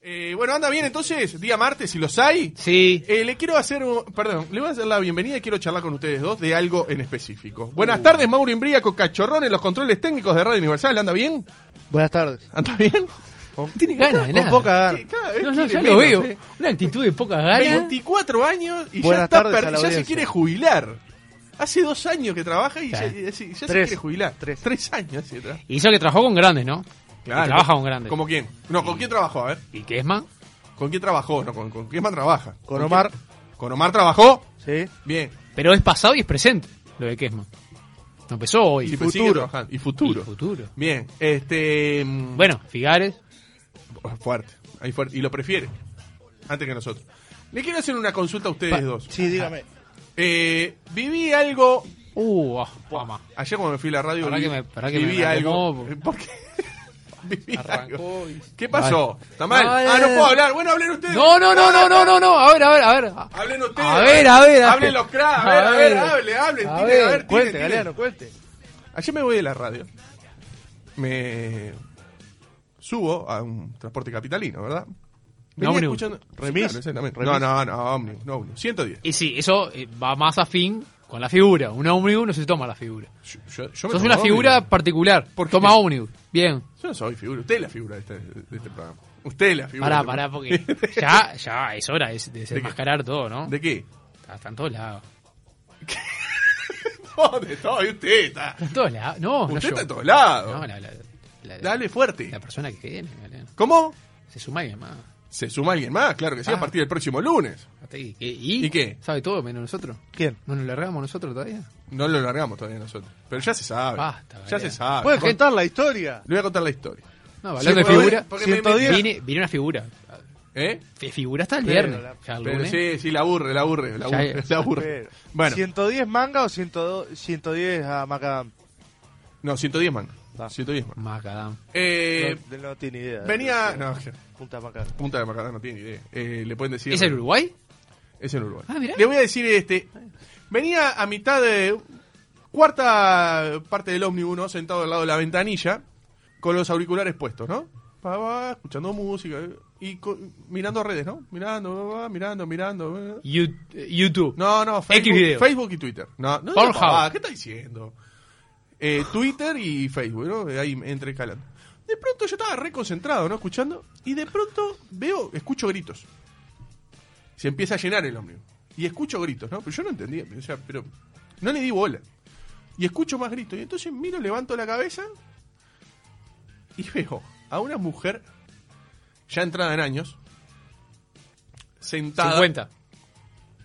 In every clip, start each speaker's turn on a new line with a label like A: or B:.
A: Eh, bueno, anda bien entonces, día martes, si los hay.
B: Sí.
A: Eh, le quiero hacer, un- perdón, le voy a hacer la bienvenida y quiero charlar con ustedes dos de algo en específico. Buenas
C: Uh.
A: tardes, Mauro Imbriaco, cachorrón en los controles técnicos de Radio Universal. ¿Anda bien?
C: Buenas tardes.
A: ¿Anda bien?
B: Tiene ganas de
C: Con
B: nada.
C: poca
A: Que cada vez
B: No, no,
A: quiere
B: ya lo
A: menos,
B: veo.
A: eh.
B: Una actitud de pocas ganas.
A: 24 años y ya,
C: Buenas
A: está
C: tardes a
A: per-
C: la
A: ya se
C: audiencia.
A: quiere jubilar. Hace dos años que trabaja y
B: Claro.
A: ya, y así- ya se
C: Tres.
A: quiere jubilar.
C: Tres.
A: años hace atrás.
B: Y eso que trabajó con grandes, ¿no?
A: Claro.
B: Y trabaja con grandes.
A: ¿Como quién? No, ¿con quién trabajó? A ver.
B: ¿Y qué es más?
A: ¿Con quién trabajó? No, ¿con, con quién más trabaja?
C: Con Omar.
A: quién? ¿Con Omar trabajó?
C: Sí.
A: Bien.
B: Pero es pasado y es presente lo de Kesma. No empezó hoy.
A: Y,
B: Y
A: pues sigue
C: futuro.
A: trabajando. Y futuro.
B: futuro.
A: Bien. Este. mm,
B: Bueno, Figares.
A: Fuerte. Ahí fuerte. Y lo prefiere. Antes que nosotros. Le quiero hacer una consulta a ustedes
B: Pa-
A: dos.
C: Sí, dígame.
A: Eh, viví algo.
B: Uh, ah, mamá.
A: Ayer cuando me fui a la radio.
B: Pará
A: vi-
B: que me- pará que
A: viví
B: me- me
A: algo. Eh,
B: acomodó.
A: ¿Por qué? viví algo.
B: Arrancó y-
A: ¿Qué pasó? ¿Está mal?
B: Vale.
A: Ah, no puedo hablar. Bueno, hablen ustedes.
B: No, no, no, no, no, no, no. A ver, a ver, a ver.
A: Hablen ustedes.
B: A ver, a ver, a
A: Hablen
B: ver.
A: los cracks. A ver, a ver, hablen, hablen.
B: A
A: tiren,
B: ver,
A: a ver, tiren,
C: Cuente,
A: tiren.
C: Galeano, cuente.
A: Ayer me voy de la radio. Me subo a un transporte capitalino, ¿verdad? Venía
B: ómnibus.
A: escuchando. Sí,
C: Remis.
A: claro, exactamente.
C: Remis.
A: No, no, no, ómnibus, no ómnibus. 110.
B: Y sí, eso eh, va más afín con la figura. Un ómnibus no se toma la figura.
A: Yo, yo- yo me
B: Sos
A: tomo
B: una
A: ómnibus.
B: figura particular.
A: ¿Por qué?
B: toma ómnibus. Bien.
A: Yo no soy figura. Usted es la figura de este, de este programa. Usted es la figura.
B: Pará,
A: de- este
B: pará, porque ya, ya es hora de, de desenmascarar todo, ¿no?
A: ¿De qué?
B: Está en todos lados.
A: ¿Dónde estoy? Usted está.
B: Está en todos lados. No, no
A: Usted
B: yo.
A: está en todos lados.
B: No, la, la- la-
A: Dale fuerte.
B: la persona que viene, Galeano.
A: ¿Cómo?
B: Se suma alguien más.
A: Se suma alguien más, claro que sí, a
B: Ah.
A: partir del próximo lunes.
B: Hasta ahí. ¿Y, y,
A: ¿Y qué?
B: ¿Sabe todo menos nosotros?
C: ¿Quién?
B: ¿No nos largamos nosotros todavía?
A: No lo largamos todavía nosotros. Pero ya se sabe.
B: Basta,
A: ya
B: Galeano.
A: se sabe.
C: ¿Puedes
B: Con-
C: contar la historia?
A: Le voy a contar la historia.
B: No, hablando de
A: porque-
B: figura.
A: porque me-
C: 110.
B: Viene, viene una figura.
A: ¿Eh?
B: F- Figura hasta el
C: Pero
B: viernes.
C: la-
B: Ya el
A: Pero
B: lunes.
A: sí, sí, la aburre, la aburre, la
B: Ya
A: aburre.
B: es.
A: la aburre.
C: Pero,
A: Bueno,
C: ¿110 Eh, manga o 102 110 a Macadam?
A: no, 110 man.
C: Ah.
A: 110 man.
B: Macadam.
A: Eh,
C: no, no tiene idea.
A: venía. No,
C: Punta Macadam.
A: punta de Macadam no tiene idea. Eh, le pueden decir.
B: ¿Es el Uruguay?
A: Es en Uruguay.
B: Ah, mirá.
A: Le voy a decir este. Venía a mitad de. Cuarta parte del ómnibus, ¿no? Sentado al lado de la ventanilla, con los auriculares puestos, ¿no? Va, va, escuchando música eh, y co- mirando redes, ¿no? Mirando, va, va, mirando, mirando. eh.
B: You- eh, YouTube.
A: No, no,
B: Xvideo.
A: Facebook, Facebook y Twitter. No, no,
B: Pornhub.
A: no, papá, ¿qué está diciendo? Eh, Twitter y Facebook, ¿no? Eh, Ahí entre calando. De pronto yo estaba re concentrado, ¿no? Escuchando. Y de pronto veo, escucho gritos. Se empieza a llenar el ómnibus. Y escucho gritos, ¿no? Pero yo no entendía. O sea, pero no le di bola. Y escucho más gritos. Y entonces miro, levanto la cabeza y veo a una mujer ya entrada en años. Sentada
B: cuenta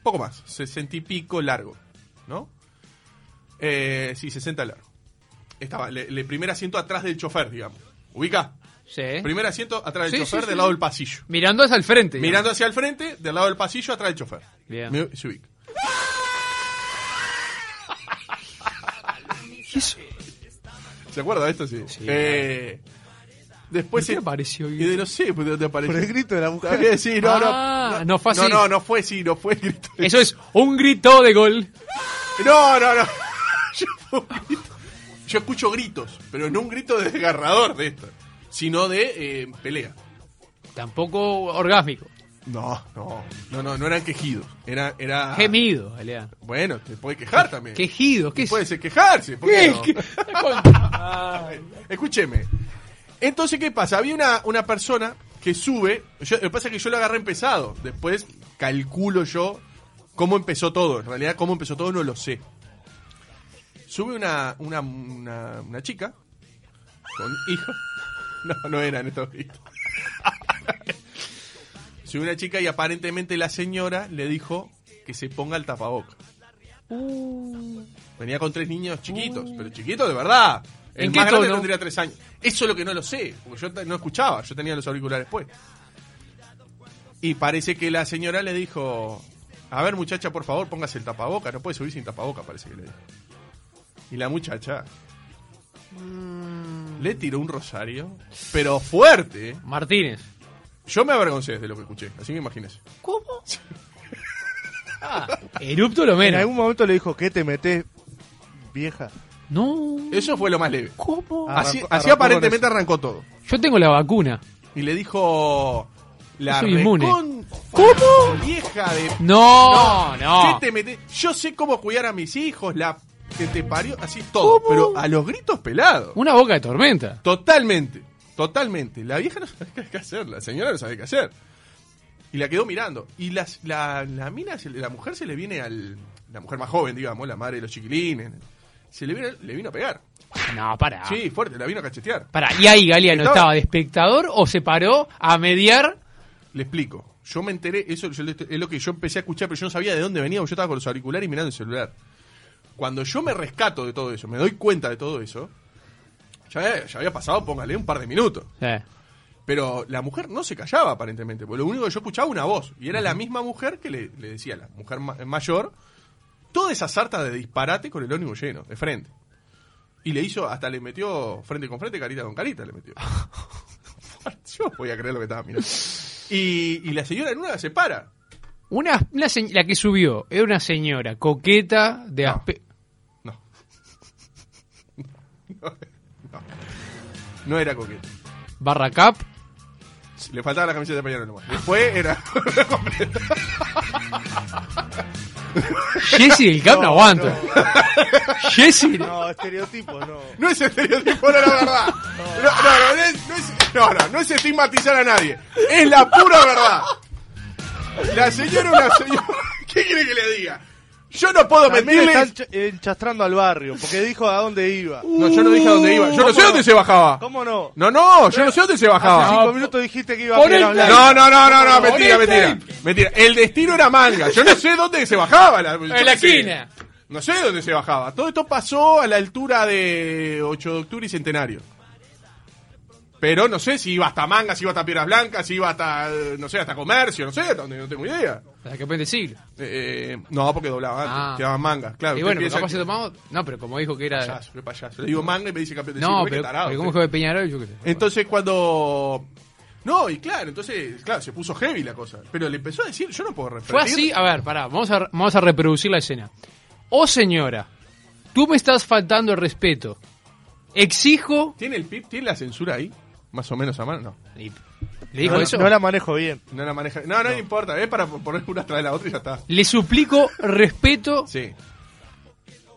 A: poco más, 60 y pico largo, ¿no? Eh, sí, 60 largo. Estaba el primer asiento atrás del chofer, digamos. Ubica.
B: Sí.
A: Primer asiento atrás del
B: ¿Eh? Sí,
A: chofer
B: sí,
A: del
B: sí.
A: lado del pasillo.
B: Mirando hacia el frente. digamos.
A: Mirando hacia el frente, del lado del pasillo, atrás del chofer.
B: Bien.
A: Me- se ubica. ¿Se acuerda de esto? Sí.
B: Sí.
A: Eh,
B: ¿Por
A: después
B: qué
A: se-
B: apareció?
A: Y de no sé, ¿por dónde apareció?
C: Por el grito de la
A: Está
C: mujer.
A: bien, sí, no,
B: Ah,
A: no,
B: no fue así.
A: No, no, no fue así, no fue el grito.
B: Eso es un grito de gol.
A: No, no, no. Yo, fue un grito. Yo escucho gritos, pero no un grito desgarrador de esto, sino de eh, pelea.
B: Tampoco orgásmico.
A: No, no, no, no, no eran quejidos. Era, era.
B: Gemido, Galeano.
A: Bueno, te puede quejar también.
B: Quejido, ¿qué es?
A: Puede ser quejarse. ¿por qué no?
B: ¿Qué? ¿Qué?
A: Escúcheme. Entonces, ¿qué pasa? Había una, una persona que sube. Yo, lo que pasa es que yo lo agarré empezado. Después calculo yo cómo empezó todo. En realidad, cómo empezó todo no lo sé. Sube una, una, una, una chica con hijo. No, no eran estos hijos. Sube una chica y aparentemente la señora le dijo que se ponga el tapaboca.
B: Uh.
A: Venía con tres niños chiquitos, pero chiquitos de verdad. El
B: ¿En qué
A: más grande
B: tono?
A: tendría tres años. Eso es lo que no lo sé, porque yo ta- no escuchaba, yo tenía los auriculares puestos. Y parece que la señora le dijo, a ver muchacha, por favor, póngase el tapaboca, no puede subir sin tapaboca, parece que le dijo. Y la muchacha
C: Mm.
A: le tiró un rosario, pero fuerte. ¿eh?
B: Martínez.
A: Yo me avergoncé de lo que escuché, así que imagínese.
B: ¿Cómo? Ah, erupto lo
C: En
B: menos.
C: algún momento le dijo, ¿qué te metes, vieja?
B: No.
A: Eso fue lo más leve.
B: ¿Cómo?
C: Ah.
A: Así, así
C: Arrancó- arrancó con
A: aparentemente
C: eso.
A: arrancó todo.
B: Yo tengo la vacuna.
A: Y le dijo, La
B: soy inmune.
A: recon- ¿Cómo? Vieja de
B: No, no.
A: ¿Qué te metes? Yo sé cómo cuidar a mis hijos, la que te parió, así todo, pero a los gritos pelados.
B: Una boca de tormenta.
A: Totalmente, totalmente. La vieja no sabía qué hacer, la señora no sabía qué hacer. Y la quedó mirando. Y las- la, la mina, se le- la mujer se le viene al. La mujer más joven, digamos, la madre de los chiquilines. Se le vino, le vino a pegar.
B: No, pará.
A: Sí, fuerte, la vino a cachetear.
B: Pará. ¿Y ahí Galeano
A: Estaba-
B: estaba de espectador o se paró a mediar?
A: Le explico. Yo me enteré, eso yo le- es lo que yo empecé a escuchar, pero yo no sabía de dónde venía, porque yo estaba con los auriculares y mirando el celular. Cuando yo me rescato de todo eso, me doy cuenta de todo eso, ya había, ya había pasado, póngale, un par de minutos.
B: Eh,
A: Pero la mujer no se callaba, aparentemente, porque lo único que yo escuchaba una voz, y era la misma mujer que le, le decía, la mujer ma- mayor, toda esa sarta de disparate con el ónibus lleno, de frente. Y le hizo, hasta le metió frente con frente, carita con carita, le metió. yo no podía creer lo que estaba mirando. Y, y la señora en una se para.
B: Una, una se- la que subió era una señora coqueta de
A: No.
B: aspe-
A: No. No, no. No era coqueta.
B: barra cap.
A: Le faltaba la camiseta de pañuelo nomás. Después era.
B: Jesse del cap no, aguanto. Jesse.
C: No, estereotipos, no.
A: No es estereotipo, no la verdad. No, no, no, no es, no es- no, no, no es estigmatizar a nadie. Es la pura verdad. La señora, una señora. ¿Qué quiere que le diga? Yo no puedo
C: También
A: mentirle.
C: están ch- enchastrando al barrio, porque dijo a dónde iba.
A: No, yo no dije a dónde iba. Yo no Ah, sé dónde se bajaba.
C: ¿Cómo no?
A: No, no, yo no sé dónde se
C: Hace
A: bajaba.
C: cinco minutos dijiste que iba a
B: Pon
C: querer
B: el
C: hablar.
A: No, no, no, no, no, mentira, mentira. Mentira. El destino era manga. Yo no sé dónde se bajaba. La, yo
B: En la
A: no sé.
B: esquina.
A: No sé dónde se bajaba. Todo esto pasó a la altura de 8 de octubre y centenario. Pero no sé si iba hasta manga, si iba hasta piedras blancas, si iba hasta, eh, no sé, hasta comercio, no sé, hasta dónde, no tengo idea.
B: La que puede decir.
A: Eh, eh, no, porque doblaba antes,
B: Ah.
A: quedaban mangas, claro.
B: Y
A: usted
B: bueno,
A: piensa
B: capaz se
A: que-
B: tomamos. No, pero como dijo que era.
A: payaso, qué payaso. Le digo manga y me dice campeón de
B: no,
A: siglo, qué
B: pero,
A: tarado,
B: pero como
A: usted.
B: dijo de Peñarol, yo qué sé.
A: Entonces cuando... No, y claro, entonces, claro, se puso heavy la cosa. Pero le empezó a decir, yo no puedo referir.
B: Fue así, a ver, pará, vamos a, vamos a reproducir la escena. Oh señora, tú me estás faltando el respeto. Exijo.
A: ¿Tiene el pip? ¿Tiene la censura ahí? Más o menos a mano, no.
B: Y- ¿Le dijo
C: No,
B: eso?
C: no la manejo bien.
A: No la maneja. No, no, importa, es para poner una tras de la otra y ya está.
B: Le suplico respeto,
A: Sí.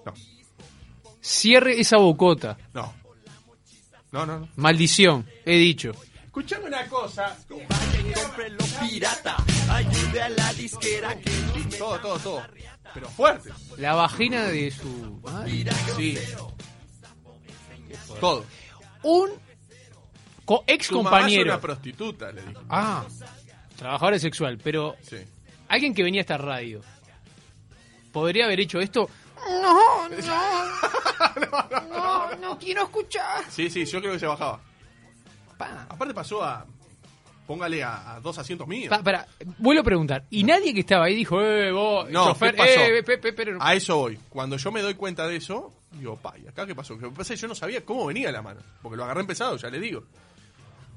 A: No,
B: cierre esa bocota.
A: no. No, no, no.
B: Maldición, he dicho.
A: Escuchame una cosa.
D: Cómprelo pirata, ayude a la disquera que
A: Todo, todo, todo. Pero fuerte.
B: La vagina de su. madre.
A: Sí. Todo.
B: Un co- ex
A: Tu mamá es
B: compañero.
A: una prostituta, le dijo.
B: Ah, trabajador sexual, pero
A: Sí.
B: alguien que venía a esta radio. ¿Podría haber hecho esto?
A: Sí, sí, yo creo que se bajaba.
B: Pa.
A: Aparte pasó a. Póngale a, a dos asientos míos.
B: Pa- para, vuelvo a preguntar. ¿Y nadie que estaba ahí dijo, eh, vos,
A: No,
B: chofer,
A: ¿qué pasó? Ah,
B: eh, pe- pe- pero no?
A: A eso voy. Cuando yo me doy cuenta de eso, digo, pa, ¿y acá qué pasó? Lo que pasa es que yo no sabía cómo venía la mano, porque lo agarré empezado, ya le digo.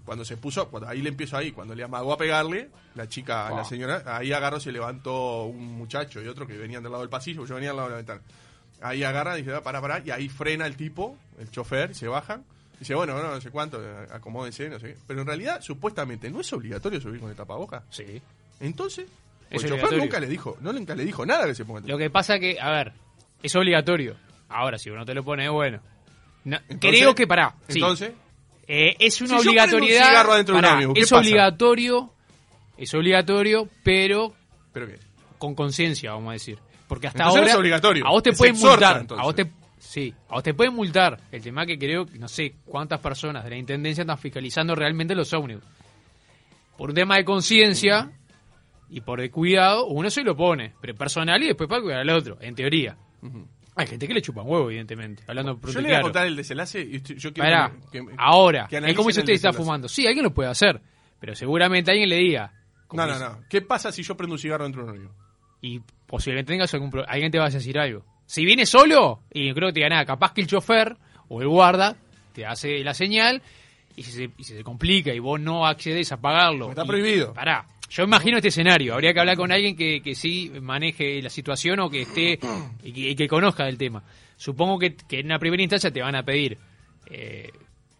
A: Cuando se puso, cuando- ahí le empiezo ahí, cuando le amagó a pegarle, la chica, la señora, ahí agarró, se levantó un muchacho y otro que venían del lado del pasillo, yo venía al lado de la ventana. Ahí agarra, dice, "Ah, pará, pará, y ahí frena el tipo, el chofer, se bajan. Dice, bueno, bueno, no sé cuánto, eh, acomódense, no sé qué. Pero en realidad, supuestamente, no es obligatorio subir con el tapabocas.
B: Sí.
A: Entonces,
B: Es
A: el chofer
B: obligatorio.
A: nunca le dijo, no nunca le dijo nada que se ponga el
B: Lo que pasa que, a ver, es obligatorio. Ahora, si uno te lo pone, bueno. No,
A: Entonces-
B: creo que pará. sí.
A: Entonces,
B: Eh, es una
A: Si yo
B: obligatoriedad.
A: prendo un cigarro adentro de un
B: pará,
A: ómnibus, ¿qué
B: es
A: pasa?
B: obligatorio. Es obligatorio, pero
A: ¿pero qué?
B: con conciencia, vamos a decir. Porque hasta
A: Entonces no
B: ahora.
A: es obligatorio.
B: A vos te
A: Es
B: pueden
A: exhorta,
B: multar.
A: entonces.
B: A vos te, sí, a vos te pueden multar. El tema que creo, no sé cuántas personas de la intendencia están fiscalizando realmente los ómnibus. Por un tema de conciencia y por el cuidado, uno se lo pone. Pero personal y después para cuidar al otro, en teoría. Hay gente que le chupan huevo, evidentemente. Hablando
A: Yo
B: pronto y
A: le voy a
B: claro.
A: contar el desenlace y estoy- yo quiero
B: Pará,
A: que me- que me-
B: ahora,
A: que
B: es
A: analicen
B: como si
A: el
B: usted está
A: desenlace.
B: fumando. Sí, alguien lo puede hacer, pero seguramente alguien le diga. como
A: No, no,
B: es-
A: no. ¿Qué pasa si yo prendo un cigarro dentro de un ómnibus?
B: Y posiblemente tengas algún problema. Alguien te va a decir algo. Si vienes solo, y creo que te diga nada, capaz que el chofer o el guarda te hace la señal y si se, y si se complica y vos no accedes a pagarlo.
A: Está
B: y-
A: prohibido.
B: Pará. Yo imagino este escenario. Habría que hablar con alguien que, que sí maneje la situación o que esté y que, y que conozca del tema. Supongo que, que en la primera instancia te van a pedir eh,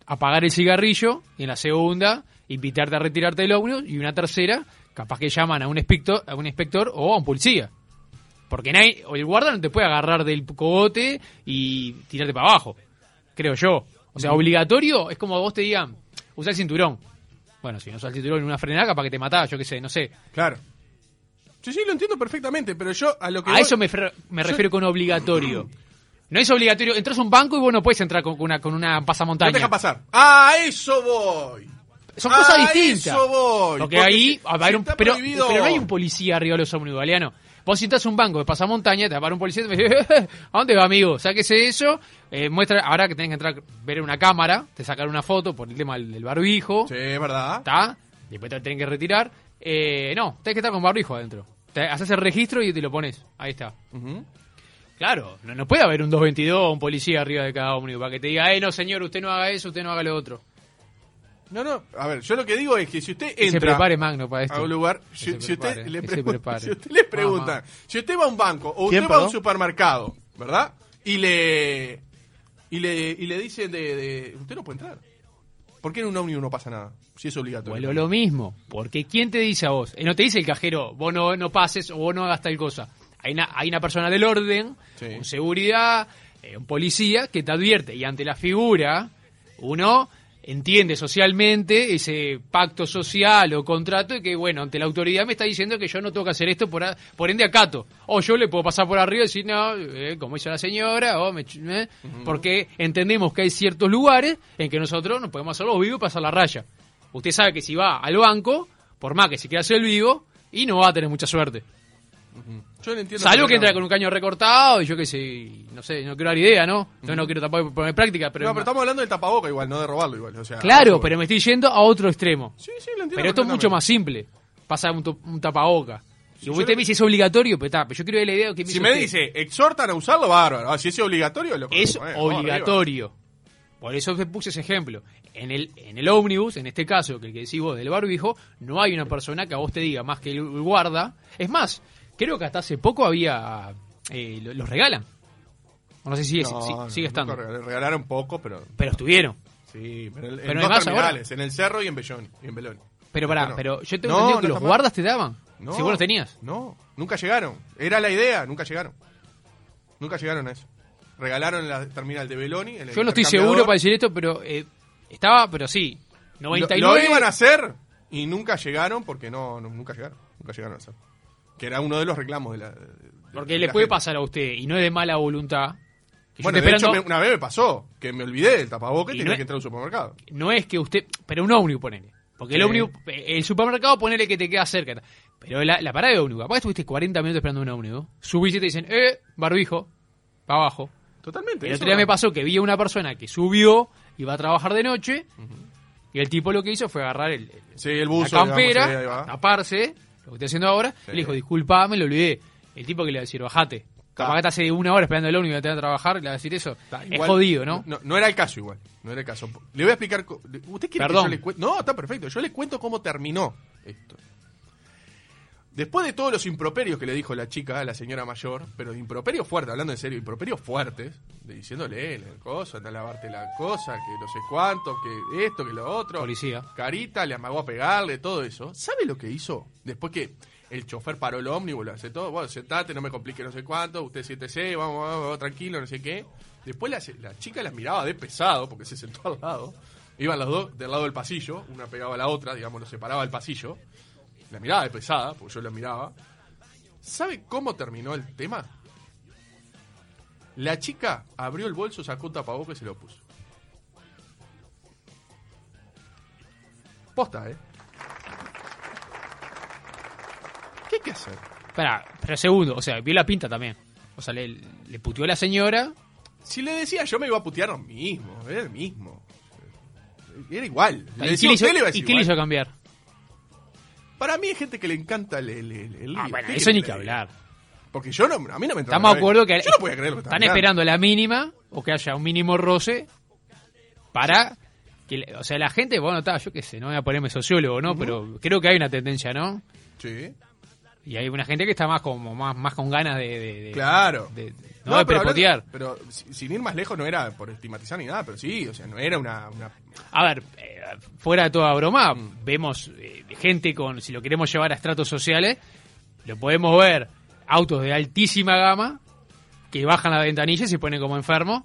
B: apagar el cigarrillo y en la segunda invitarte a retirarte del ómnibus, y una tercera, capaz que llaman a un, inspector, a un inspector o a un policía. Porque nadie, o el guarda no te puede agarrar del cogote y tirarte para abajo, creo yo. O sea, obligatorio es como vos te digan, usa el cinturón. Bueno, si no usas el cinturón en una frenada, capaz que te matás, yo qué sé, no sé.
A: Claro. Sí, sí, lo entiendo perfectamente, pero yo a lo que.
B: A
A: voy-
B: eso me, fer- me refiero con obligatorio. No es obligatorio. Entras a un banco y vos no puedes entrar con una, con una
A: No
B: pasamontaña.
A: te deja pasar. ¡A eso voy!
B: Son cosas
A: A
B: distintas.
A: eso voy.
B: Porque
A: Porque
B: ahí
A: si-
B: va a haber
A: si
B: un-
A: está
B: pero,
A: prohibido-
B: pero no hay un policía arriba de los ómnibus, Galeano. Vos si entras a un banco de pasamontaña, te va a parar un policía y te dice, ¿a dónde va, amigo? Sáquese eso. eh, muestra, ahora que tenés que entrar, ver una cámara, te sacar una foto por el tema del, del barbijo.
A: Sí, es verdad.
B: ¿Está? Después te tienen que retirar. Eh, no, tenés que estar con barbijo adentro. Te haces el registro y te lo pones. Ahí está.
A: Ujú.
B: Claro, no, no puede haber un 222 o un policía arriba de cada ómnibus para que te diga, eh, no señor, usted no haga eso, usted no haga lo otro.
A: No, no, a ver, yo lo que digo es que si usted
B: Que se
A: entra
B: prepare Magno para esto.
A: a un lugar,
B: Que
A: si,
B: se
A: si usted
B: prepare,
A: le
B: que se
A: pregunta,
B: prepare.
A: si usted le
B: Mamá.
A: pregunta, si usted va a un banco o usted
C: ¿Quién,
A: va a un
C: perdón?
A: supermercado, ¿verdad? Y le y le, y le dicen de, de- usted no puede entrar. ¿Por qué en un ómnibus no pasa nada? Si es obligatorio.
B: Bueno, lo mismo, porque ¿quién te dice a vos? Eh, no te dice el cajero, vos no, no pases o vos no hagas tal cosa. Hay una, hay una persona del orden,
A: Sí.
B: un seguridad, eh, un policía que te advierte. Y ante la figura, uno entiende socialmente ese pacto social o contrato de que, bueno, ante la autoridad me está diciendo que yo no tengo que hacer esto, por, a- por ende acato. O yo le puedo pasar por arriba y decir, no, eh, como hizo la señora, o me ch- eh, porque entendemos que hay ciertos lugares en que nosotros no podemos hacer los vivos y pasar la raya. Usted sabe que si va al banco, por más que se quiera hacer el vivo, y no va a tener mucha suerte.
A: Yo no entiendo.
B: Salvo que entra
A: perfectamente.
B: con un caño recortado y yo qué sé, y no sé, no quiero dar idea, ¿no? Yo no quiero tampoco poner en práctica, pero...
A: No, pero estamos hablando del tapaboca igual, no de robarlo igual, o sea.
B: Claro,
A: eso-
B: pero me estoy yendo a otro extremo.
A: Sí, sí, lo entiendo.
B: Pero esto es mucho más simple. Pasa un, to- un tapaboca. Y vos
A: yo
B: te
A: le-
B: me dice es obligatorio, pero, está, pero yo quiero ver la idea que
A: perfectamente.
B: me
A: Si
B: hizo
A: me
B: usted.
A: dice, exhortan a usarlo, bárbaro. Ah, si es obligatorio, lo
B: es
A: bueno, vamos arriba.
B: obligatorio. Por eso te puse ese ejemplo. En el, en el ómnibus, en este caso, que el que decís vos del barbijo, no hay una persona que a vos te diga más que el guarda. Es más, creo que hasta hace poco había. eh, lo- los regalan. O No sé si, es-
A: No,
B: si-
A: no,
B: sigue
A: nunca
B: estando.
A: regal- Regalaron poco, pero
B: Pero estuvieron.
A: Sí, pero, en-
B: Pero
A: en
B: no
A: dos
B: hay más ahora.
A: terminales, en el Cerro y en Bellón, y en Belón.
B: Pero pará,
A: Bueno.
B: pero yo tengo
A: No,
B: entendido
A: no
B: que los
A: está mal.
B: guardas te daban.
A: No.
B: Si vos los tenías.
A: No, nunca llegaron. Era la idea, nunca llegaron. Nunca llegaron a eso. Regalaron la terminal de Beloni. en el
B: Yo no estoy
A: intercambiador.
B: seguro para decir esto, pero eh, estaba, pero sí.
A: Lo-
B: 99.
A: Lo, iban a hacer y nunca llegaron porque no, no- nunca llegaron. Nunca llegaron a hacer. Que era uno de los reclamos de la. de-
B: Porque
A: de
B: le
A: la
B: puede
A: gente.
B: pasar a usted y no es de mala voluntad. que yo
A: Bueno,
B: esté
A: de hecho,
B: esperando-
A: me- una vez me pasó que me olvidé del tapabocas y,
B: Y
A: tenía
B: no-
A: que entrar a un supermercado.
B: no es que usted. Pero un ómnibus, ponele. Porque el
A: Sí.
B: ómnibus. eh, El supermercado, ponele que te queda cerca. Pero la, la parada de ómnibus. Capaz estuviste 40 minutos esperando un ómnibus. Subís y te dicen, eh, barbijo. Para abajo.
A: Totalmente.
B: El
A: eso
B: otro día
A: era-
B: me pasó que vi a una persona que subió, iba a trabajar de noche. Y el tipo lo que hizo fue agarrar el, el-
A: Sí, el buzo.
B: la
A: digamos,
B: campera,
A: sí, ahí va.
B: taparse, lo que estoy haciendo ahora,
A: Sí.
B: y le dijo, disculpame, lo olvidé. El tipo que le va a decir, bajate. Capaz que estás hace una hora esperando el ómnibus y te va a trabajar, y le va a decir eso.
A: Está,
B: es
A: igual-
B: jodido, ¿no?
A: ¿no? era el caso igual, no era el caso. Le voy a explicar... co- ¿Usted quiere
B: Perdón.
A: que yo le cuente? No, está perfecto. Yo le cuento cómo terminó esto. Después de todos los improperios que le dijo la chica, la señora mayor, pero de improperios fuertes, hablando en serio, improperios fuertes, de diciéndole, "Eh, la cosa, anda a lavarte la cosa, que no sé cuánto, que esto, que lo otro.
B: Policía.
A: Carita, le amagó a pegarle, todo eso. ¿Sabe lo que hizo? Después que el chofer paró el ómnibus, lo hace todo, bueno, sentate, no me complique no sé cuánto, usted siéntese, vamos, vamos, vamos, tranquilo, no sé qué. Después la, la chica las miraba de pesado, porque se sentó al lado. Iban las dos del lado del pasillo, una pegaba a la otra, digamos, lo separaba el pasillo. La miraba de pesada, porque yo la miraba. ¿Sabe cómo terminó el tema? La chica abrió el bolso, sacó un tapabocas y se lo puso. Posta, ¿eh? ¿Qué hay que hacer?
B: Pará, pero segundo, o sea, vio la pinta también. O sea, le, le puteó a la señora.
A: Si le decía yo me iba a putear lo mismo, era el mismo. Era igual. Le
B: ¿Y
A: decía
B: qué
A: usted,
B: le hizo,
A: le iba a decir
B: y qué le
A: igual.
B: hizo cambiar?
A: Para mí hay gente que le encanta el, el, el- el
B: Ah,
A: lío.
B: bueno,
A: ¿Qué
B: eso
A: quiere le
B: ni que
A: diga?
B: hablar.
A: Porque yo no, a mí no me entraba
B: Estamos
A: en
B: de
A: la
B: acuerdo que
A: cabeza. Yo no podía creer lo que estaba
B: están
A: mirando.
B: esperando la mínima o que haya un mínimo roce para que, le- o sea, la gente, bueno, está, yo qué sé, no voy a ponerme sociólogo, ¿no? Pero creo que hay una tendencia, ¿no?
A: Sí.
B: Y hay una gente que está más como más, más con ganas de, de- de-
A: Claro.
B: de- de- no, de
A: pero, hablando-
B: prepotear.
A: pero si- sin ir más lejos no era por estigmatizar ni nada, pero sí, o sea, no era una... una-
B: A ver, eh, fuera de toda broma, vemos eh, gente con, si lo queremos llevar a estratos sociales, lo podemos ver, autos de altísima gama que bajan la ventanilla y se ponen como enfermos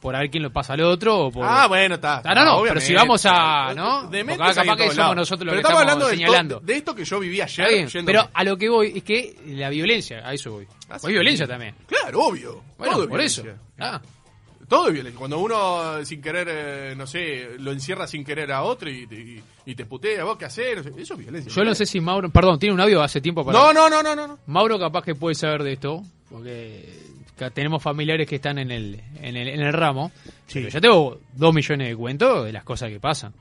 B: por a ver quién lo pasa al otro o por...
A: Ah, bueno, está.
B: Ah, no, no,
A: obviamente.
B: pero si vamos a, ¿no?
A: Dementes
B: Porque capaz
A: hay en
B: que
A: todos
B: somos
A: lados.
B: nosotros los
A: Pero
B: que
A: estamos
B: estamos
A: hablando de
B: señalando.
A: esto- De, esto que yo viví ayer.
B: Está bien,
A: yéndome.
B: pero a lo que voy es que la violencia, a eso voy.
A: Ah,
B: Pues
A: sí.
B: hay violencia también.
A: Claro, obvio.
B: Bueno,
A: todo es
B: por
A: violencia.
B: eso. Ah,
A: Todo es violencia. Cuando uno eh, sin querer, eh, no sé, lo encierra sin querer a otro y, te- y, y te putea, vos qué hacer, eso es violencia.
B: yo no sé si Mauro, perdón, tiene un audio hace tiempo para...
A: No, no, no, no, no. no.
B: Mauro capaz que puede saber de esto, porque ca- tenemos familiares que están en el, en el, en el ramo. Pero yo tengo dos millones de cuentos de las cosas que pasan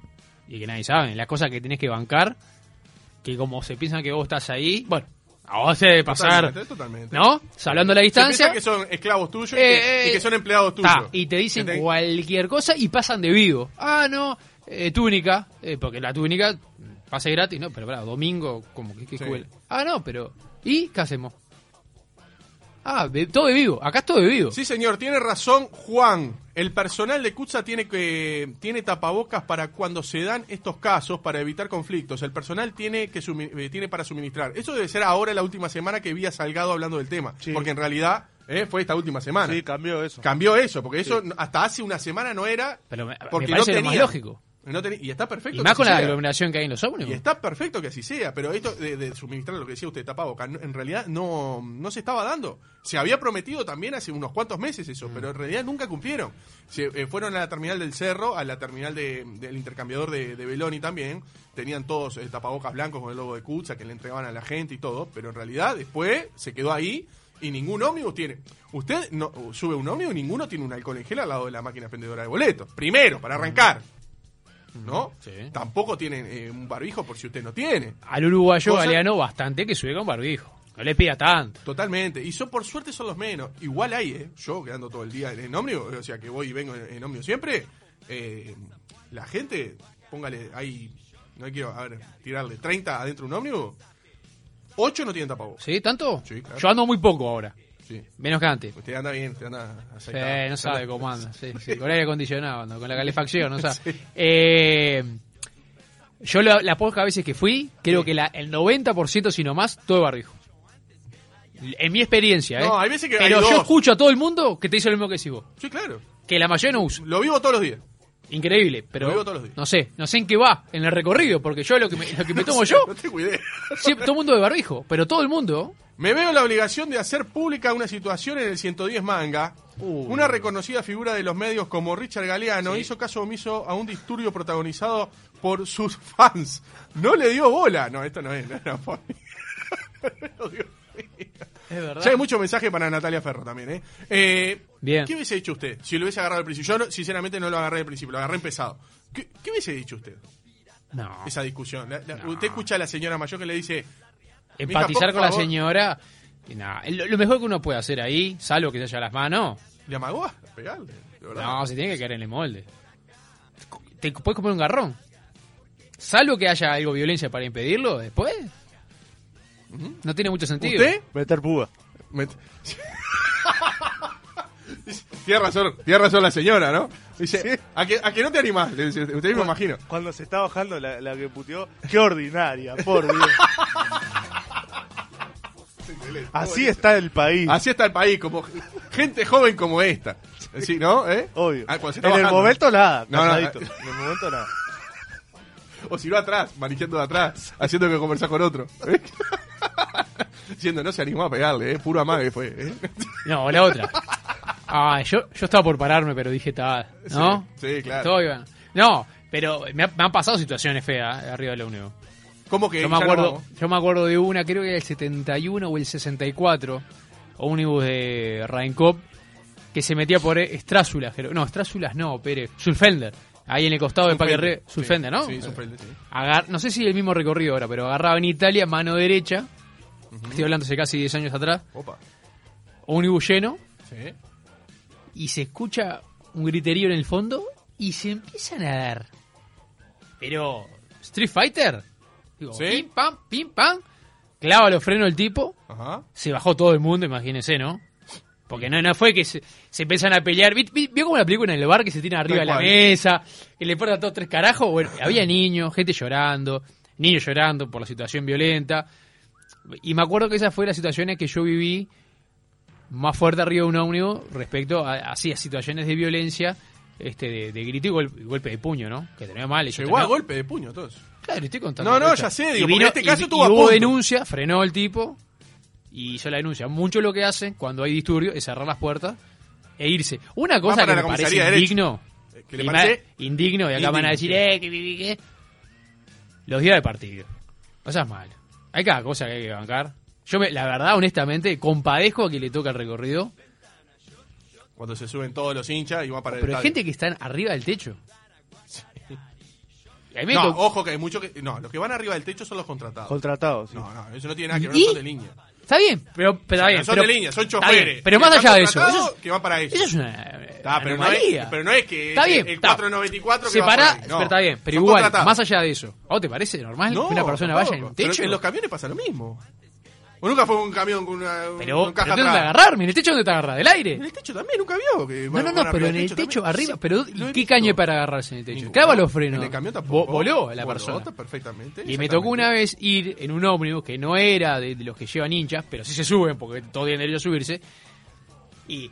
B: y que nadie sabe, las cosas que tenés que bancar, que como se piensan que vos estás ahí, bueno, a vos se debe pasar,
A: Totalmente, totalmente.
B: ¿no? Salvando la
A: Se piensa
B: distancia.
A: que son esclavos tuyos y
B: Eh,
A: que-
B: eh,
A: y que son empleados tuyos.
B: Ta, y te dicen
A: ¿Entendés?
B: cualquier cosa y pasan de vivo. Ah, no, eh, túnica, eh, porque la túnica pasa gratis, ¿no? Pero para domingo, como que, que
A: Sí.
B: cuela. Ah, no, pero. ¿Y qué hacemos? Ah, de- todo de vivo, acá es todo de vivo.
A: Sí, señor, tiene razón Juan. El personal de CUTSA tiene, que, tiene tapabocas para cuando se dan estos casos, para evitar conflictos. El personal tiene, que sumi- eh, tiene para suministrar. Eso debe ser ahora la última semana que vi a Salgado hablando del tema.
C: Sí.
A: Porque en realidad eh, fue esta última semana.
C: Sí, cambió eso.
A: Cambió eso, porque eso no- hasta hace una semana no era.
B: Pero me- me
A: porque
B: parece lo
A: tenía.
B: más lógico.
A: No tenía- y está perfecto.
B: y más
A: que
B: con
A: así
B: la
A: sea.
B: aglomeración que hay en los
A: Y
B: ómnibus.
A: está perfecto que así sea, pero esto de, de suministrar lo que decía usted, tapabocas, no- en realidad no, no se estaba dando. Se había prometido también hace unos cuantos meses eso, pero en realidad nunca cumplieron. Se, eh, fueron a la terminal del Cerro, a la terminal de- del intercambiador de, de Beloni también. Tenían todos eh, tapabocas blancos con el logo de Kutza que le entregaban a la gente y todo, pero en realidad después se quedó ahí y ningún ómnibus tiene. Usted no sube un ómnibus, ninguno tiene un alcohol en gel al lado de la máquina vendedora de boletos. Primero, para arrancar. ¿no?
B: Sí.
A: Tampoco tienen eh, un barbijo por si usted no tiene.
B: Al uruguayo
A: Cosa-
B: galeano bastante que sube con barbijo. No le pida tanto.
A: Totalmente. Y son, por suerte son los menos. Igual hay, ¿eh? Yo quedando todo el día en ómnibus, o sea que voy y vengo en, en ómnibus siempre. eh, la gente, póngale, hay, no quiero, a ver, tirarle 30 adentro de un ómnibus. 8 no tienen tapabocas.
B: ¿Sí? ¿Tanto?
A: Sí, claro.
B: Yo ando muy poco ahora.
A: Sí.
B: Menos que antes.
A: Usted anda bien, usted anda
B: Sí,
A: aceitado.
B: no sabe
A: Anda-
B: cómo anda. Sí, sí, con aire acondicionado, anda, con la calefacción, no sabe. Eh, yo la, la pocas veces que fui, creo que la, el 90% si no más, todo barbijo. En mi experiencia, ¿eh?
A: No, hay veces que hay
B: Pero yo
A: dos.
B: escucho a todo el mundo que te dice lo mismo que decís vos.
A: Sí, claro.
B: Que la mayoría no usa.
A: Lo vivo todos los días.
B: Increíble, pero
A: Lo digo todos los días.
B: no sé, no sé en qué va, en el recorrido, porque yo lo que me, lo que me tomo yo,
A: No te cuidé.
B: siempre, todo el mundo de barbijo, pero todo el mundo,
A: Me veo la obligación de hacer pública una situación en el 110 manga.
B: Uy.
A: Una reconocida figura de los medios como Richard Galeano hizo caso omiso a un disturbio protagonizado por sus fans. No le dio bola. No, esto no es. no, no, por- Dios mío.
B: es verdad.
A: Ya hay mucho mensaje para Natalia Ferro también, ¿eh? Eh,
B: Bien.
A: ¿Qué hubiese hecho usted si lo hubiese agarrado al principio? Yo, no- sinceramente, no lo agarré al principio, lo agarré empezado. ¿Qué, qué hubiese dicho usted?
B: no,
A: Esa discusión. La- la-
B: No.
A: Usted escucha a la señora mayor que le dice,
B: empatizar
A: por
B: con la
A: favor.
B: señora, y nada, lo, lo mejor que uno puede hacer ahí, salvo que se haya las manos,
A: ¿le amagó a pegarle? de verdad.
B: No, se tiene que quedar en el molde. Te puedes comer un garrón. Salvo que haya algo de violencia para impedirlo, después. No tiene mucho sentido.
A: ¿Usted?
C: Meter púa.
A: Met- tiene razón, tiene razón la señora, ¿no? Dice,
C: Sí.
A: ¿a, que, a que no te animás, le dice, usted me imagino.
C: Cuando se está bajando la, la que puteó, qué ordinaria, por Dios. Así está el país.
A: Así está el país, como gente joven como esta. Sí, ¿no? ¿Eh?
C: Obvio.
A: Ah, cuando se
C: en
A: está
C: el
A: bajando.
C: momento nada,
A: No, no,
C: calladito.
A: ah.
C: En el momento nada.
A: O si no atrás, manejando de atrás, haciendo que conversás con otro. ¿eh? Diciendo, no se animó a pegarle, ¿eh? puro amague fue. ¿eh?
B: No, la otra. Ah, yo, yo estaba por pararme, pero dije, tal. ¿No?
A: Sí, sí, claro.
B: Estoy, bueno. No, pero me, ha- me han pasado situaciones feas eh, arriba de la unión.
A: ¿Cómo que?
B: Yo me,
A: Eh, ya no
B: acuerdo,
A: vamos?
B: yo me acuerdo de una, creo que era el 71 o el 64, ómnibus de Raincop, que se metía por Estrázulas, creo. No, Estrázulas no, Pérez. Sulfender. Ahí en el costado de Parque Re-
A: Sí,
B: Sulfender, ¿no?
A: Sí, Sulfender, sí.
B: Agar- no sé si el mismo recorrido ahora, pero agarraba en Italia, mano derecha. Estoy hablando hace casi 10 años atrás.
A: Opa.
B: Ómnibus lleno.
A: Sí.
B: Y se escucha un griterío en el fondo y se empiezan a dar. Pero, ¿Street Fighter? Digo,
A: Sí.
B: pim, pam, pim, pam. clava los frenos el tipo,
A: Ajá.
B: se bajó todo el mundo, imagínense, ¿no? Porque no, no fue que se, se empiezan a pelear. ¿Vi- vi- ¿Vio como la película en el bar que se tiran arriba de la
A: cual.
B: mesa? Que le ponen a todos tres carajos. Bueno, había niños, gente llorando, niños llorando por la situación violenta. Y me acuerdo que esa fue la situación en que yo viví más fuerte arriba de un ómnibus respecto a, así, a situaciones de violencia, este de, de grito y, gol- y golpe de puño, ¿no? Que tenía mal. y yo
A: Llegó a
B: tenía-
A: golpe de puño, todos.
B: Claro, estoy contando.
A: No, no,
B: Rocha.
A: ya sé, digo,
B: Y
A: porque en este caso
B: y-
A: estuvo
B: y
A: a
B: hubo
A: punto.
B: denuncia, frenó el tipo y hizo la denuncia. Mucho lo que hacen cuando hay disturbios es cerrar las puertas e irse. Una cosa
A: para la
B: que me parece
A: comisaría derecho.
B: indigno.
A: Eh, que le
B: y
A: parece
B: ma- indigno, y acá van a decir,
A: indigno.
B: eh, que viví que. Los días de partido. No seas mal. Hay cada cosa que hay que bancar. Yo, me, la verdad, honestamente, compadezco a quien le toca el recorrido.
A: Cuando se suben todos los hinchas y van para el
B: Ah, Pero hay
A: estadio.
B: gente que está arriba del techo. Y a mí me
A: No,
B: tocó-
A: ojo que hay muchos que. No, los que van arriba del techo son los contratados.
C: Contratados. sí.
A: no, no, eso no tiene nada que ver,
B: ¿Y?
A: no son de línea.
B: Está bien, pero, pero está
A: No
B: bien,
A: son
B: pero-
A: de línea, son
B: está
A: choferes.
B: bien, pero
A: Que
B: más
A: están
B: allá de eso,
A: contratados,
B: eso es-
A: que van para ellos.
B: Eso es una.
A: Está, pero, no
B: anomalía.
A: es, pero no es que
B: Está bien,
A: el
B: está.
A: 494 que
B: Se
A: va
B: para-
A: por ahí, no.
B: pero está bien, pero
A: Son
B: igual,
A: contratados.
B: más allá de eso. ¿O te parece normal que una persona vaya en
A: tampoco.
B: un
A: Pero
B: techo?
A: en los camiones pasa lo mismo. O nunca fue un camión con una
B: Pero,
A: con
B: pero
A: caja
B: ¿dónde te
A: atrás.
B: agarrar? ¿En el techo dónde te agarra? ¿Del
A: En
B: aire?
A: el techo también, nunca vio. que
B: No,
A: van- van
B: no, no,
A: arriba
B: pero en
A: del
B: el techo,
A: también.
B: arriba.
A: Sí,
B: Pero,
A: lo he
B: ¿y qué
A: visto.
B: caña para agarrarse en el techo?
A: Ninguno.
B: Clava los frenos.
A: En el camión tampoco.
B: Vo- Voló a la persona.
A: perfectamente.
B: Y me tocó una vez ir en un ómnibus que no era de, de los que llevan hinchas, pero sí se suben porque todo tiene derecho a subirse. Y.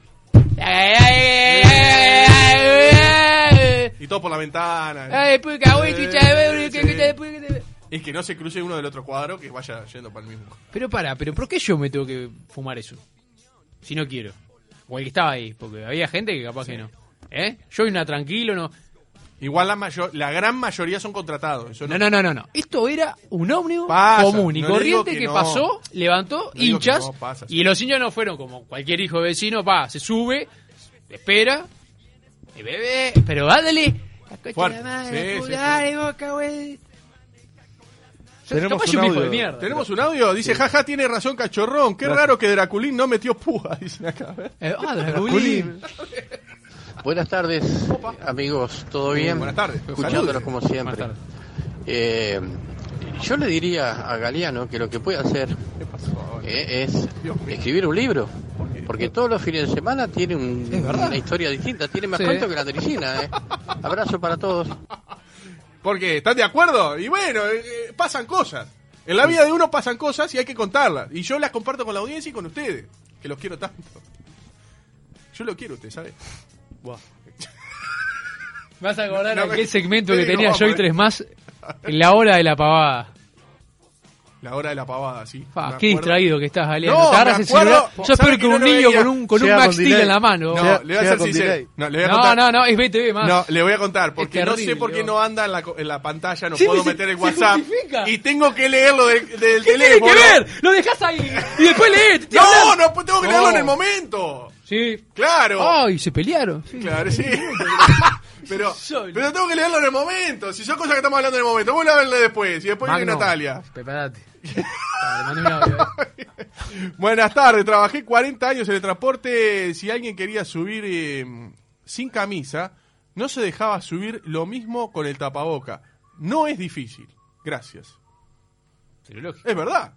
A: Y todo por la ventana.
B: Ay, pues, cagüey, chucha, eh, que- que- que-
A: Sí.
B: que- que-
A: Es que no se cruce uno del otro cuadro que vaya yendo para el mismo.
B: Pero para, pero ¿por qué yo me tengo que fumar eso? Si no quiero. O el que estaba ahí, porque había gente que capaz que no. ¿Eh? Yo iba tranquilo, no.
A: Igual la mayor, la gran mayoría son contratados. Eso
B: No, no, no, no, no. Esto era un ómnibus
A: Pasa,
B: común y
A: no le digo
B: corriente
A: que
B: que,
A: no.
B: pasó, levantó
A: No digo que
B: hinchas
A: no, pasa, sí.
B: y los hinchas no fueron como cualquier hijo de vecino, va, se sube, espera, eh, bebé, pero dale. La coche
A: Fuerte.
B: de la madre,
A: Sí, sí, sí.
B: dale, boca, güey. Yo-
C: Tenemos
B: capaz
C: un
B: yo me hijo de
C: audio.
B: mierda.
A: Tenemos un audio, dice, jaja, tiene razón cachorrón, qué raro que Draculín no metió púa, dicen acá.
B: Eh, ah, Draculín.
E: Buenas tardes, amigos, ¿todo bien?
A: Buenas tardes.
E: Escuchándolos como
B: Más
E: siempre.
B: tarde.
E: Eh, yo le diría a Galeano que lo que puede hacer
A: ¿Qué pasó?
E: eh, es
A: Dios mío.
E: escribir un libro, porque todos los fines de semana tiene un- una historia distinta, tiene más
B: Sí.
E: cuento que la tricina. eh. Abrazo para todos.
A: Porque, ¿están de acuerdo? Y bueno, eh, eh, pasan cosas. En la vida de uno pasan cosas y hay que contarlas. Y yo las comparto con la audiencia y con ustedes, que los quiero tanto. Yo lo quiero, usted sabe.
B: Me vas a acordar
A: No, no,
B: aquel
A: me-
B: segmento
A: te
B: que
A: digo,
B: tenía
A: vamos,
B: yo y
A: eh.
B: tres más en la hora de la pavada.
A: La hora de la pavada, sí.
B: Fa,
A: Me
B: Ah, qué
A: acuerdo.
B: distraído que estás, Galeano.
A: No,
B: Te agarras
A: me
B: el celular.
A: acuerdo.
B: Yo espero
A: ¿Sabe
B: que,
A: que
B: un
A: no lo
B: niño
A: veía?
B: con un, con un
C: Llega
B: Max
C: con
B: Steel en
C: delay.
B: la mano.
A: No, le voy
C: Llega-
A: a
C: llega
A: ser
C: con
A: sincero.
C: delay.
A: No, le voy a
B: No,
A: contar.
B: no, no, es BTV más.
A: No, le voy a contar, porque
B: Es
A: no
B: terrible,
A: sé por qué
B: vos.
A: no anda en la, co- en la pantalla, no
B: Sí,
A: puedo
B: se-
A: meter el
B: se
A: WhatsApp.
B: justifica.
A: Y tengo que leerlo del, del
B: ¿Qué tiene
A: teléfono.
B: que ver? Lo dejas ahí y después lees.
A: No, no, pues tengo que
B: No.
A: leerlo en el momento.
B: Sí.
A: Claro.
B: Ay, se pelearon.
A: Claro, sí. pero,
B: Solo.
A: pero tengo que leerlo en el momento. Si son cosas que estamos hablando en el momento, voy a verle después. Y después viene
B: Magno,
A: Natalia.
B: Preparate. Dale, mandé un audio, eh.
A: Buenas tardes, trabajé 40 años en el transporte. Si alguien quería subir eh, sin camisa, no se dejaba subir lo mismo con el tapaboca. No es difícil. Gracias.
B: Pero lógico.
A: Es verdad.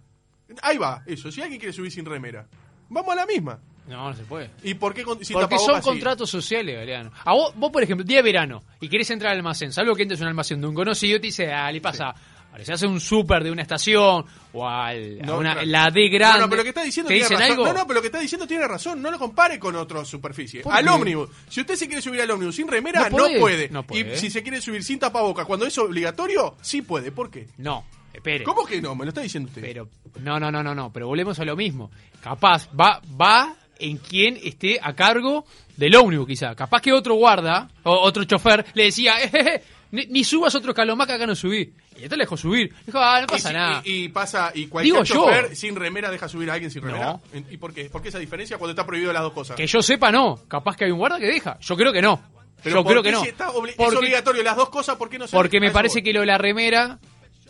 A: Ahí va, eso. Si alguien quiere subir sin remera, vamos a la misma.
B: No, no se puede.
A: ¿Y por qué con- sin
B: Porque
A: tapabocas
B: son
A: sí?
B: contratos sociales, Galeano. A vos, vos, por ejemplo, día de verano y querés entrar al almacén, salvo que entres en un almacén de un conocido, te dice, dale, pasa. Ahora, si hace un súper de una estación o al, a
A: No,
B: una-
A: claro.
B: la D grande.
A: No, no, pero lo que está diciendo
B: ¿te
A: tiene
B: dicen
A: razón.
B: algo?
A: No, no, pero lo que está diciendo tiene razón. No lo compare con otra superficie.
B: ¿Por
A: Al
B: qué?
A: ómnibus. Si usted se quiere subir al ómnibus sin remera,
B: No
A: no,
B: puede.
A: puede.
B: No puede.
A: Y si se quiere subir sin tapaboca cuando es obligatorio, sí puede. ¿Por qué?
B: No, espere.
A: ¿Cómo que no? Me lo está diciendo usted.
B: Pero, no, no, no, no, no, pero volvemos a lo mismo. Capaz, va, va en quien esté a cargo del ómnibus, quizá. Capaz que otro guarda, o otro chofer, le decía, "Eh, eh, eh, ni, ni subas otro escalón que acá no subí. Y te le dejó subir. Dijo, ah, no
A: Y
B: pasa
A: si-
B: nada.
A: Y, y pasa, y cualquier
B: Digo yo.
A: chofer sin remera deja subir a alguien sin remera.
B: No.
A: ¿Y por qué? ¿Por qué esa diferencia cuando está prohibido las dos cosas?
B: Que yo sepa, no. Capaz que hay un guarda que deja. Yo creo que no.
A: Pero
B: yo
A: ¿por
B: creo
A: qué
B: que no.
A: si está obli- es
B: porque,
A: obligatorio las dos cosas, ¿por qué no se
B: porque
A: a
B: me
A: eso
B: parece
A: voy.
B: que lo de la remera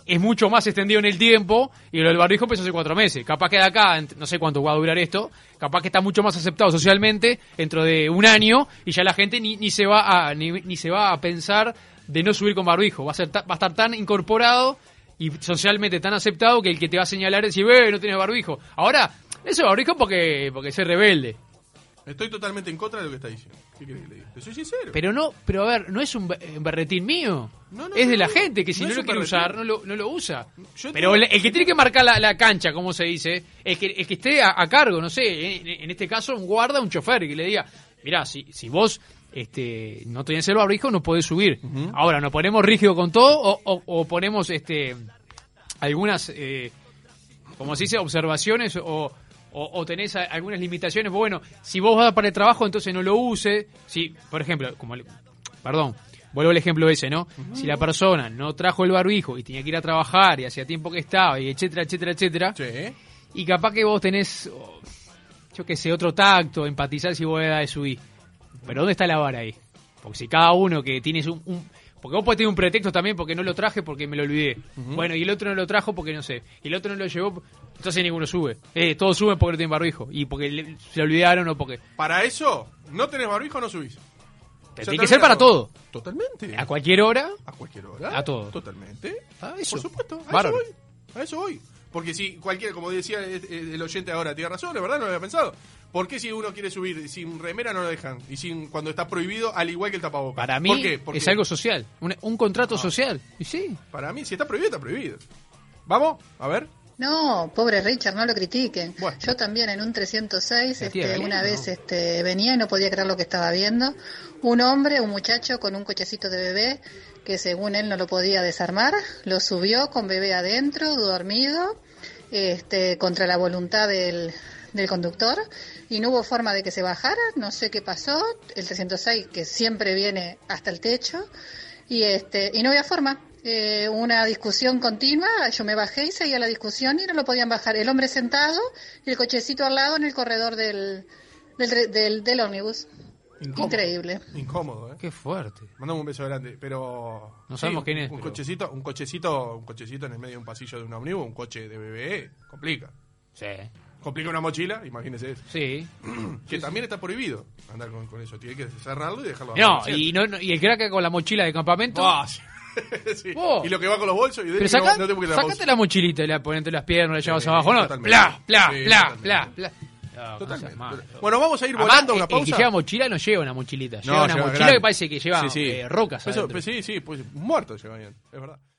B: es mucho más extendido en el tiempo y lo del barbijo empezó hace cuatro meses. Capaz que de acá, ent- no sé cuánto va a durar esto, capaz que está mucho más aceptado socialmente dentro de un año y ya la gente ni, ni se va a ni, ni se va a pensar de no subir con barbijo. Va a ser ta- va a estar tan incorporado y socialmente tan aceptado que el que te va a señalar es decir, ve, no tienes barbijo. Ahora, eso es barbijo porque, porque se rebelde.
A: Estoy totalmente en contra de lo que está diciendo. ¿Qué querés que le diga? Te soy sincero.
B: Pero no, pero a ver, no es un ba- eh, berretín mío.
A: No, no,
B: es de
A: no,
B: la
A: no.
B: gente que si
A: No
B: no,
A: es
B: lo
A: un
B: quiere
A: berretín.
B: usar, no lo, no lo usa.
A: Yo
B: pero
A: entiendo.
B: el, el que tiene que marcar la, la cancha, como se dice, es que, es que esté a, a cargo, no sé, en, en este caso un guarda, un chofer, que le diga, mirá, si, si vos este, no tenés el barbijo, no podés subir. Ahora, ¿nos ponemos rígido con todo o, o- o ponemos este algunas... eh, como se dice, observaciones o, o, o tenés a- algunas limitaciones. Bueno, si vos vas para el trabajo, entonces no lo use. Si, por ejemplo, como el- perdón, vuelvo al ejemplo ese, ¿no? Si la persona no trajo el barbijo y tenía que ir a trabajar y hacía tiempo que estaba y etcétera, etcétera, etcétera,
A: Che, ¿eh?
B: y capaz que vos tenés, oh, yo qué sé, otro tacto, empatizar si vos edad de subir. Pero ¿dónde está la vara ahí? Porque si cada uno que tienes un... un- porque vos podés tener un pretexto también porque no lo traje porque me lo olvidé. Bueno, y el otro no lo trajo porque no sé. Y el otro no lo llevó. Entonces ninguno sube. Eh, todos suben porque no tienen barbijo. Y porque le- se lo olvidaron o porque...
A: para eso, no tenés barbijo, no subís.
B: Pero
A: Ya
B: tiene que ser
A: terminamos.
B: para todo.
A: Totalmente.
B: A cualquier hora.
A: A cualquier hora.
B: A todo.
A: Totalmente.
B: Ah, eso.
A: Por supuesto. A
B: Bárbaro.
A: eso voy. A eso voy. Porque si cualquiera, como decía eh, eh, el oyente ahora, tiene razón, la verdad no lo había pensado. ¿Por qué si uno quiere subir sin remera no lo dejan? Y sin cuando está prohibido, al igual que el tapabocas.
B: Para
A: ¿Por
B: mí
A: qué? Porque Ah.
B: es algo social. Un, un contrato social. Y sí.
A: Para mí, si está prohibido, está prohibido. Vamos, a ver.
F: No, pobre Richard, no lo critiquen.
A: Bueno.
F: Yo también en un 306,
B: La tía
F: este,
B: Galena, ¿no?
F: una vez este, venía y no podía creer lo que estaba viendo. Un hombre, un muchacho con un cochecito de bebé que según él no lo podía desarmar, lo subió con bebé adentro, dormido, este, contra la voluntad del, del conductor y no hubo forma de que se bajara, no sé qué pasó, el 306 que siempre viene hasta el techo y este y no había forma Eh, una discusión continua yo me bajé y seguía la discusión y no lo podían bajar el hombre sentado y el cochecito al lado en el corredor del del, re- del, del ómnibus
A: Incómodo.
F: increíble
A: Incómodo, ¿eh?
B: Qué fuerte.
A: Mandamos un beso grande, pero...
B: No sabemos quién es,
A: Un
B: pero-
A: cochecito, un cochecito, un cochecito en el medio de un pasillo de un ómnibus, un coche de bebé, complica.
B: Sí.
A: Complica una mochila, imagínese eso.
B: Sí.
A: Que también está prohibido andar con, con eso. Tiene que cerrarlo y dejarlo
B: No,
A: abajo del
B: y, no, no- y el crack con la mochila de campamento.
A: Ah, sí. Sí.
B: Vos.
A: Y lo que va con los bolsos. Y de
B: Pero
A: que no-
B: saca,
A: no te puedes la
B: sacate la mochilita y la pones entre las piernas, la llevas
A: Sí,
B: abajo, ¿no?
A: totalmente.
B: Bla, bla,
A: Sí,
B: bla,
A: totalmente.
B: bla, bla. No,
A: bolsa.
B: no
A: Totalmente.
B: seas malo.
A: Bueno, vamos a ir
B: Además,
A: volando a
B: el-
A: una
B: El
A: pausa.
B: que lleva mochila no lleva una mochilita, lleva
A: No,
B: una
A: lleva
B: mochila
A: grande.
B: que parece que lleva
A: Sí, sí.
B: eh, rocas.
A: Eso-
B: adentro.
A: pues sí, sí, pues muertos llevan, es verdad.